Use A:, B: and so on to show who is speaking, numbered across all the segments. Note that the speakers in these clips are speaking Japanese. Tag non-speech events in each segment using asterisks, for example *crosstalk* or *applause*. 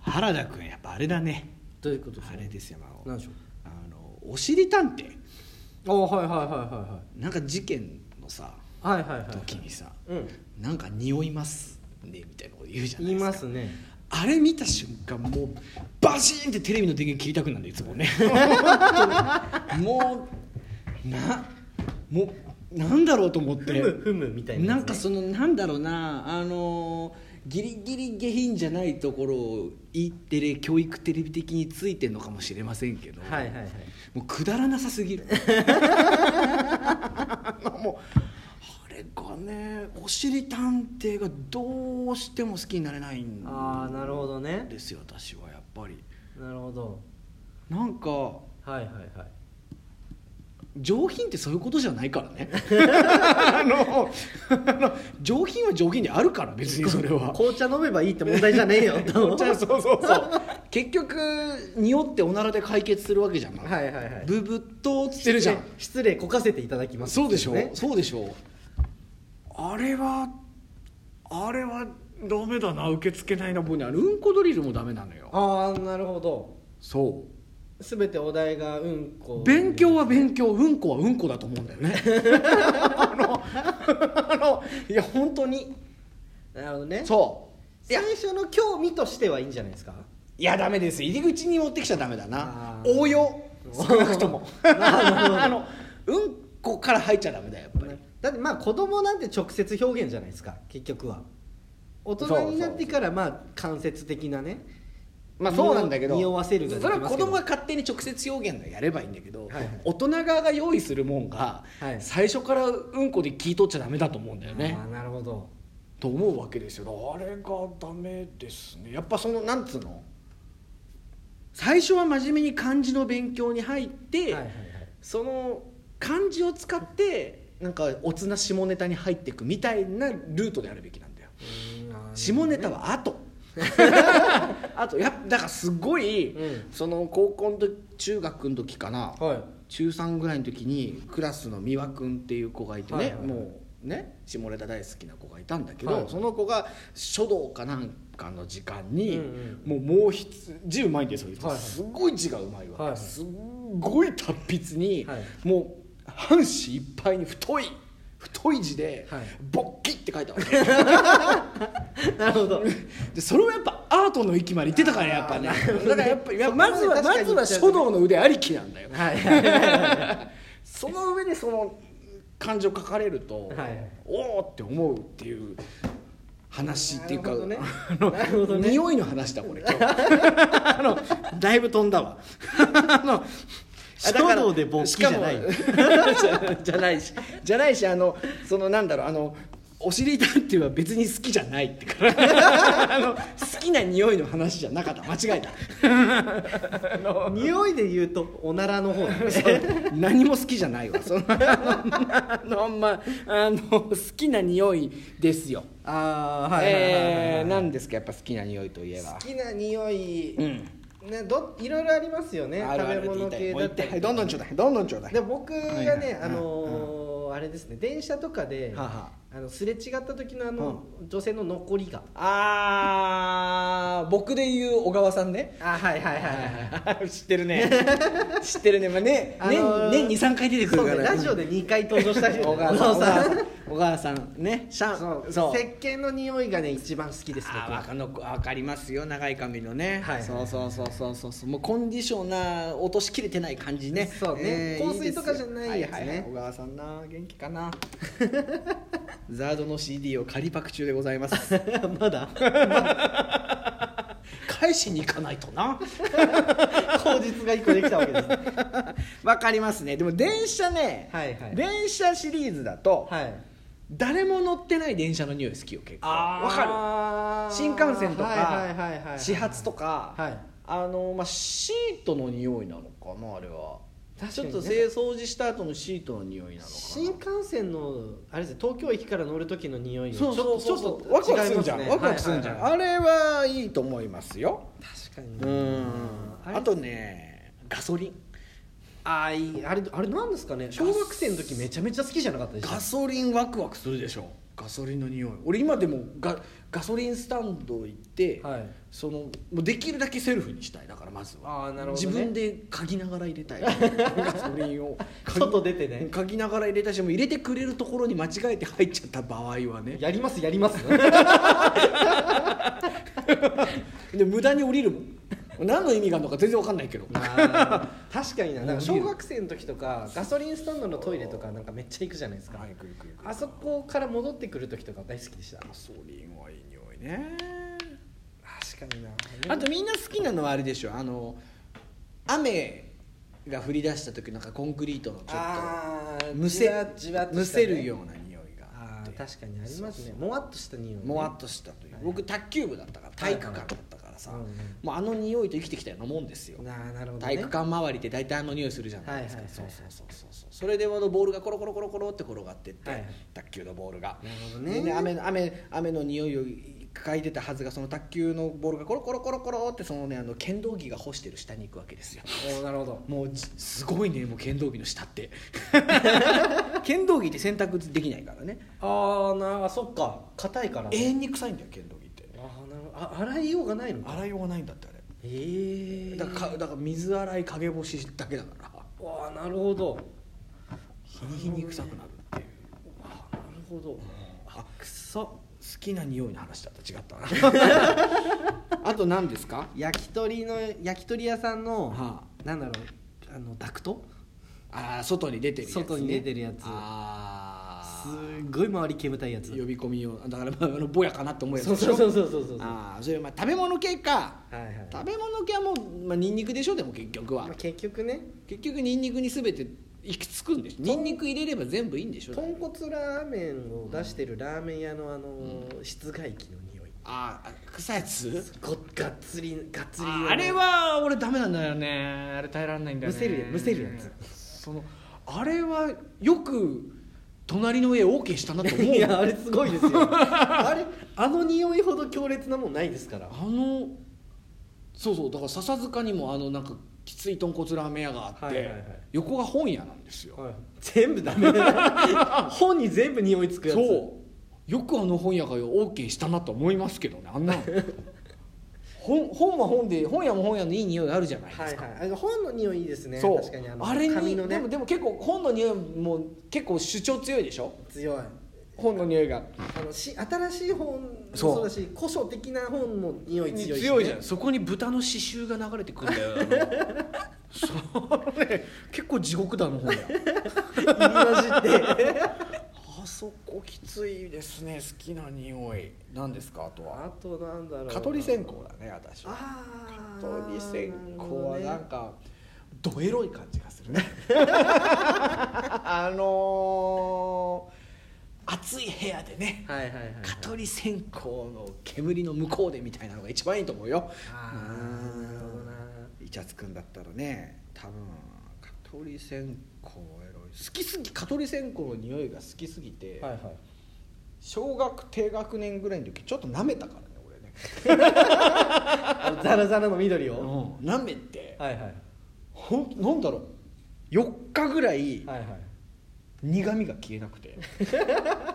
A: 原田君やっぱあれだね
B: どういうこと
A: あれですよ、まあ、
B: 何でしょう
A: あのおしり探偵
B: あはいはいはい
A: なんか事件のさ
B: はいはいはいはいはい
A: 時にさ
B: うん
A: なんか匂いますねみたいなこと言うじゃない
B: 言い
A: ですか
B: ますね
A: あれ見た瞬間もうバシーンってテレビの電源切りたくなるんでいつ
B: *laughs*
A: もねもうなもうなんだろうと思って
B: ふむふむみたいな
A: な
B: やつね
A: んかそのなんだろうなあのギリギリ下品じゃないところを E テレ教育テレビ的についてるのかもしれませんけど、
B: はいはいはい
A: もうくだらなさす
B: *laughs*
A: ぎるもうあれがねお尻探偵がどうしても好きになれないん
B: ああなるほどね
A: ですよ私はやっぱり
B: なるほど
A: なんか
B: はいはいはい
A: 上品ってそういうことじゃないから
B: *laughs*
A: ねあのあの上品は上品であるから別にそれは
B: 紅茶飲めばいいって問題じゃね *laughs* えよ
A: 紅茶そうそうそう結局匂っておならで解決するわけじゃん、
B: はいはいはい
A: ブブッとつってるじゃん
B: 失礼こかせていただきます
A: そうでしょ、
B: ね
A: そうでしょあれはあれはダメだな受け付けないなもうねあのうんこドリルもダメなのよ
B: ああなるほど
A: そ
B: すべてお題がうん
A: う
B: こ
A: 勉強は勉強うんこはうんこだと思うんだよね *laughs* あのあのいや本当に
B: なるほどね
A: そういや
B: 最初の興味としてはいいんじゃないですか
A: いやダメです入り口に持ってきちゃダメだな
B: あー
A: 応用少なくと
B: *laughs*
A: も *laughs* あのうんこから入っちゃダメだよやっぱり
B: だってまあ子供なんて直接表現じゃないですか結局は大人になってからまあ間接的なね
A: まあそうなんだけど
B: 匂わせるがで
A: そ
B: きま
A: れ
B: す
A: は
B: けど
A: 子供が勝手に直接表現でやればいいんだけど、
B: はいはい
A: 大人側が用意するもんが、
B: はい
A: 最初からうんこで聞いとっちゃダメだと思うんだよね
B: ああなるほど
A: と思うわけですよあれがダメですねやっぱそのなんつうの最初は真面目に漢字の勉強に入って、
B: はいはいはい
A: その漢字を使ってなんかおつな下ネタに入っていくみたいなルートであるべきなんだよ
B: うーんあー
A: 下ネタは後あとやっぱだからすごい、
B: うん
A: その高校の時中学の時かな
B: はい
A: 中3ぐらいの時にクラスの美和君っていう子がいてね、
B: はいはいはい
A: もうね下ネタ大好きな子がいたんだけど、
B: はい
A: その子が書道かなんかの時間に、
B: うん
A: もう毛筆字うまいんですよ、
B: はいはい
A: すごい字がうまいわ、
B: はいはい
A: すっごい達筆に、
B: はい
A: もう半紙いっぱいに太い太い字で
B: はい
A: 「勃起」って書いたわけ。
B: なるほど
A: でそれはやっぱアートの域まで行ってたからやっぱね
B: あーなるほど
A: だからやっぱやっぱ
B: そこま
A: ま
B: で
A: ずは
B: 確か
A: ま
B: に
A: ずは書道の腕ありきなんだよ
B: はいはいはい
A: *laughs* その上でその漢字を書かれると、
B: はい
A: おおって思うっていう話っていうか、
B: なるほ
A: *laughs*
B: どね
A: あの
B: なるほどね
A: 匂いの話だこれ今日 *laughs* あのだいぶ飛んだわ *laughs* あの
B: 書道で勃起じゃない
A: しか
B: *laughs*
A: もじゃじゃないし *laughs* じゃないしあのそのなんだろうあのお尻探偵は別に好きじゃないって *laughs* からあの好きな匂いの話じゃなかった間違えた
B: 匂いで言うとおならの方だね
A: 何も好きじゃないわそのあのあのまあの好きな匂いですよ
B: ああはいはいはいはい
A: え
B: は
A: ー
B: い
A: 何ですかやっぱ好きな匂いといえば
B: 好きな匂い、
A: うん
B: ね、どいろいろありますよね
A: あるある
B: 食べ物系だった
A: 言いたいもう言ってはい
B: り
A: どんどんちょうだいどんどんちょうだい
B: で僕がね、
A: はいはい
B: あのーあれですね電車とかで、
A: はあは
B: あのすれ違った時のあの、女性の残りが
A: あー僕で言う小川さんね
B: あはいはいはいは
A: *laughs*
B: い、
A: 知ってるね知ってるねまあね
B: あのー
A: 年年23回出てく
B: そ
A: る
B: う
A: か
B: ね
A: ら
B: ラジオで2回登場した人
A: 小川さん小川さん小川さんねシャン
B: そう
A: そう
B: 石鹸の匂いがね一番好きです
A: あー
B: 僕は
A: わかのわかりますよ長い髪のね、
B: はいはい
A: そうそうそうそうそうそうもうコンディショナー落としきれてない感じね
B: そうね香水
A: ですよ
B: とかじゃないやつね
A: ははは小川さんな元気かな
B: *laughs*
A: ザードの CD を仮パク中でございます
B: まだ
A: 返しに行かないとな
B: 口実が1個できたわけで
A: *laughs*
B: すね
A: わかりますねでも電車ね、
B: はいはい
A: 電車シリーズだと、
B: はい
A: 誰も乗ってない電車の匂い好きよ結構わかる
B: か
A: 新幹線と
B: はいはいはいは
A: か
B: い、
A: 始発とか、
B: はい
A: あのまあシートの匂いなのかなあれは、
B: 確
A: ちょっ
B: かにね
A: と清掃除した後のシートの匂いなのかな
B: 新幹線のあれですね東京駅から乗る時の匂いが
A: そうそうそう
B: ちょっ
A: そ
B: と
A: うワクワクするじゃん、
B: 違います
A: ワ
B: ね
A: クワクするじゃん、
B: はいはいはい
A: あれはいいと思いますよ
B: 確かに
A: う
B: ね
A: ん
B: あ
A: あ
B: れ
A: とねガソリン
B: あーいいあれあれなんですかね小学生の時めちゃめちゃ好きじゃなかったでし
A: ガソリンワクワクするでしょガソリンの匂い俺今でもガガソリンスタンド行って、
B: はい
A: そのもうできるだけセルフにしたいだからまずは
B: あーなるほど
A: 自
B: ね
A: 分で嗅ぎながら入れ
B: *laughs*
A: たいガソリンを
B: 外出てね
A: 嗅ぎながら入れたしもう入れてくれるところに間違えて入っちゃった場合はね
B: やりますやります
A: で無駄に降りるもん何の意味 *laughs* があるのか全然わかんないけど
B: *laughs* あー確かにななんか小学生の時とかガソリンスタンドのトイレとかなんかめっちゃ行くじゃないですか、
A: はい行く行く行く
B: あそこから戻ってくる時とか大好きでした
A: ガソリンはいい匂いね
B: 確かにな
A: あとみんな好きなのはあれでしょあの雨が降り出した時なんかコンクリートのちょっ
B: あ
A: と
B: ー
A: む
B: じ
A: せ
B: わじわっとしたね
A: むせるような匂いが
B: あ
A: あっ
B: ー
A: て
B: 確かにありますねもわっとした匂いね、
A: もわっとしたという、
B: はい
A: 僕卓球部だったから体育館だったからさ、
B: はいはいうんうん
A: もうあの匂いと生きてきたようなもんですよ、
B: なあなるほど、ね、
A: 体育館周りって大体あの匂いするじゃないですか、
B: はいはい
A: そ
B: は
A: う
B: い
A: そうそうそうそうそれであのボールがコロコロコロコロって転がってって、
B: はいはい
A: 卓球のボールが
B: なるほどね
A: で雨の雨雨の匂いを嗅いでたはずがその卓球のボールがコロコロコロコロってそのねあの剣道着が干してる下に行くわけですよ
B: おーなるほど
A: もうじすごいねもう剣道着の下って剣道着って洗濯できないからね
B: あーなあそっか硬いから
A: 永遠に臭いんだよ剣道着って
B: あーなるほどあ洗いようがないのか
A: 洗いようがないんだってあれ
B: ええ
A: だからかだから水洗い陰干しだけだから
B: わあなるほど
A: 日に日に臭くなるっていう
B: あなるほど
A: あ
B: くそ
A: 好きな匂いの話だった違ったな
B: *laughs*
A: あと何ですか
B: 焼き鳥の焼き鳥屋さんの、
A: は
B: なんだろうあのダクト
A: ああ外に出てるやつ、ね、
B: 外に出てるやつ
A: あ
B: す
A: あ
B: っごい周り煙たいやつ
A: 呼び込みをだから、まあ、あのぼやかなって思うやつ
B: そう
A: でし
B: そ
A: ょ
B: うそうそうそうそうは
A: ああそれまあ食べ物系か
B: いはい、
A: 食べ物系はもう、まあ、ニンニクでしょでも結局は
B: まあ、結局ね
A: 結局ニンニクに全て行き着くんでしょニンニク入れれば全部いいんでしょ
B: 豚骨ラーメンを出してるラーメン屋のあのー、室外機の匂い
A: ああ臭いやつ
B: ごがっつりがっつり
A: ああれは俺ダメなんだよねあれ耐えられないんだよね
B: むせるやむせるや
A: つそのあれはよく隣の家 OK したなと思う
B: いやあれすごいですよ
A: *laughs*
B: あれあの匂いほど強烈なもんないですから
A: あのそうそうだから笹塚にもあのなんかきつい豚骨ラーメン屋があって、
B: はいはいはい
A: 横が本屋なんですよ、
B: 全部ダメ本に全部匂いつくやつ
A: そうよくあの本屋がよ OK したなと思いますけどねあん
B: *laughs*
A: なの本本は本で本屋も本屋のいい匂いあるじゃないですか、
B: はいはいあの本の匂いいいですね
A: そう
B: 確かにあの
A: あれ
B: 紙
A: に、
B: の
A: で
B: ね
A: もでも結構本の匂いも結構主張強いでしょ
B: 強い
A: 本の匂いが
B: あのし新しい本も
A: そう
B: そうだし古書的な本も匂い強いしね、
A: 強いじゃんそこに豚の刺繍が流れてくるんだよ *laughs* それ結構地獄だの本屋
B: 入り混じ
A: *laughs*
B: って
A: あそこきついですね好きな匂い何ですかあとは
B: あとなんだろうな
A: 蚊取り線香だね私は
B: ああ
A: 蚊取り線香はなんかどエロい感じがする *laughs* ねあのー暑い部屋でね
B: はいはいはいはい
A: 蚊取り線香の煙の向こうでみたいなのが一番いいと思うよ
B: あ
A: う
B: ー
A: ん
B: なるほどな
A: イチャつくんだったらね多分蚊取り線香エロい好きすぎ蚊取り線香の匂いが好きすぎて、
B: はいはい
A: 小学低学年ぐらいの時ちょっと舐めたからね俺ね、
B: あのザラザラの緑を、
A: うん、舐めて
B: はいはい
A: ほんなんだろう4日ぐらい
B: はいはい
A: 苦味が消えなく
B: *laughs*
A: て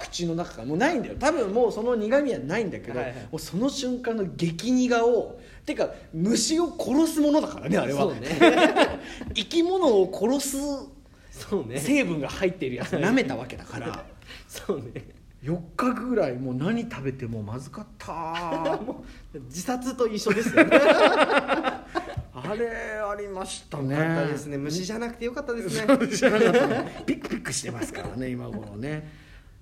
A: 口の中からもうないんだよ多分もうその苦味はないんだけど、
B: はいはい
A: もうその瞬間の激苦をてか虫を殺すものだからねあれは
B: そうね
A: *laughs* 生き物を殺す
B: そうね
A: 成分が入っているやつ舐めたわけだから
B: そうね
A: 4日ぐらいもう何食べてもまずかった
B: *laughs*
A: ー
B: もう自殺と一緒ですよね
A: *laughs* あれありましたね
B: よかったですね虫じゃなくてよかったですね
A: *laughs* 知らなかったねピクピクしてますからね今頃ね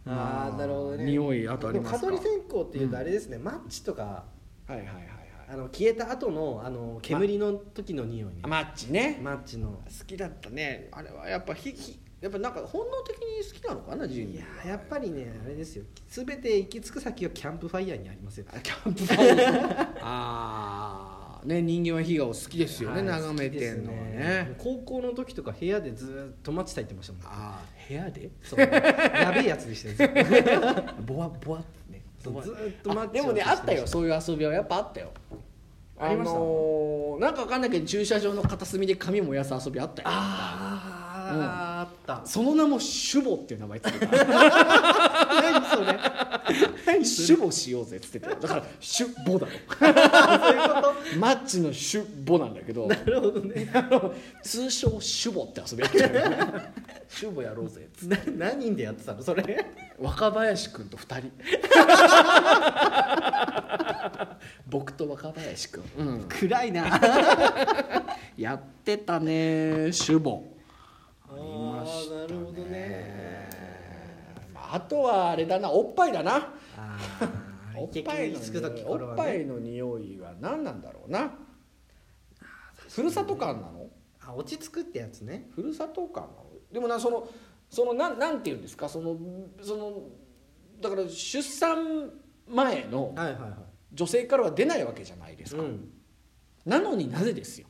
B: あ
A: ま
B: あなるほどね
A: 匂いあとありますか
B: でも蚊取り線香っていうとあれですね、マッチとか
A: はいはいはいはい
B: あの消えた後のあの煙の時の匂いね、
A: あマッチね
B: マッチの
A: 好きだったねあれはやっぱひひやっぱなんか本能的に好きなのかな人類
B: いやーやっぱりねあれですよ全て行き着く先はキャンプファイヤーにありますよ
A: あキャンプファイヤ
B: *laughs*
A: ーあーね人間は火がお好きですよね、
B: はい
A: 眺めてんのは
B: 好き
A: ね
B: です高校の時とか部屋でずーっとマッチ焚いてましたもん
A: ああ部屋で
B: そうやべえやつでしたよずっと *laughs*
A: ボワボワってね
B: そう
A: ボワ
B: ずーっとマッチを
A: でもね
B: 消
A: あ
B: し
A: ってた
B: ました
A: よそういう遊びはやっぱあったよ
B: ありました
A: のーなんかわかんないけど駐車場の片隅で紙燃やす遊びあったよ
B: ああった、
A: その名もシュボっていう名前つけた
B: 何それ
A: シュボしようぜっつってたよだからシュボだろ
B: そういうこ
A: マッチのシュボなんだけど
B: となるほどね
A: あの通称シュボって遊びやってたよねシュボやろうぜっつって
B: な何人でやってたのそれ
A: 若林君と2人僕と若林君、うん、
B: 暗いな
A: やってたねシュボ
B: あーなるほどね
A: まああとはあれだなおっぱいだな
B: あー
A: おっぱいの
B: 結局つく時
A: お
B: 頃
A: っ
B: は
A: ぱ
B: ね
A: いの匂いは何なんだろうなふるさと感なの
B: あ落ち着くってやつね
A: ふるさと感なのでもなそのそのなんなんていうんですかそのそのだから出産前の
B: はいはいは
A: 女性からは出ないわけじゃないです
B: い、
A: か、
B: ん、
A: なのになぜです *laughs* よ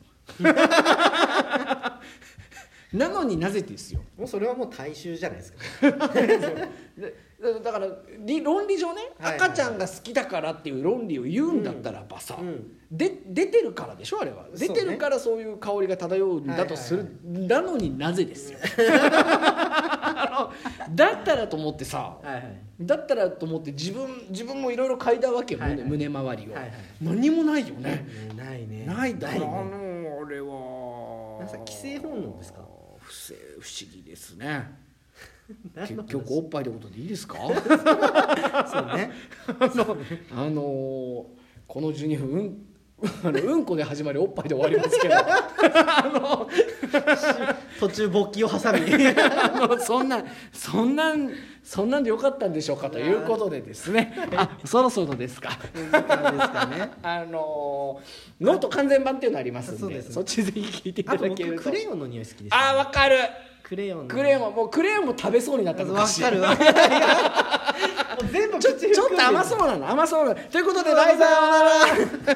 A: なのになぜですよ
B: もうそれはもう大衆じゃないですか
A: でだだから理論理上ね、
B: はいはいはい
A: 赤ちゃんが好きだからっていう論理を言うんだったらばさ、
B: うん
A: で出てるからでしょあれは
B: そう
A: 出
B: ね
A: てるからそういう香りが漂うんだとする、
B: はい
A: なのになぜです
B: *laughs*
A: よあのだったらと思ってさ
B: はいはい
A: だったらと思って自分自分もいろいろ嗅いだわけよ、
B: はいはい
A: 胸胸周りを、
B: はいはい
A: 何もないよね、
B: ねないね
A: ないだろう
B: ね
A: ねあれは
B: なんか寄生本能ですか
A: 不正不思議ですね
B: 何
A: *laughs* 結
B: の話
A: 局おっぱいってことでいいですか
B: そうね
A: あのーこの12分うん *laughs* あのうんこで始まりおっぱいで終わりますけど *laughs* あ
B: 途中勃起を挟みは
A: のそんなそんなんそんなんでよかったんでしょうかということでですねあそろそろですか
B: い感じですかね
A: あのーノート完全版っていうのありますんで
B: そ
A: そう
B: ですね
A: っちぜひ聞いていた
B: *laughs* あと
A: だけ
B: 僕
A: ると
B: クレヨンの匂い好きです
A: あーわかる
B: クレヨンの
A: クレヨンもうクレヨンも食べそうになった
B: わ
A: 昔
B: かるわ *laughs* もう全部
A: ちょちょっと甘そううなの甘そうなのということで
B: バ
A: バ
B: イ
A: イ
B: バ
A: バ
B: イ
A: イ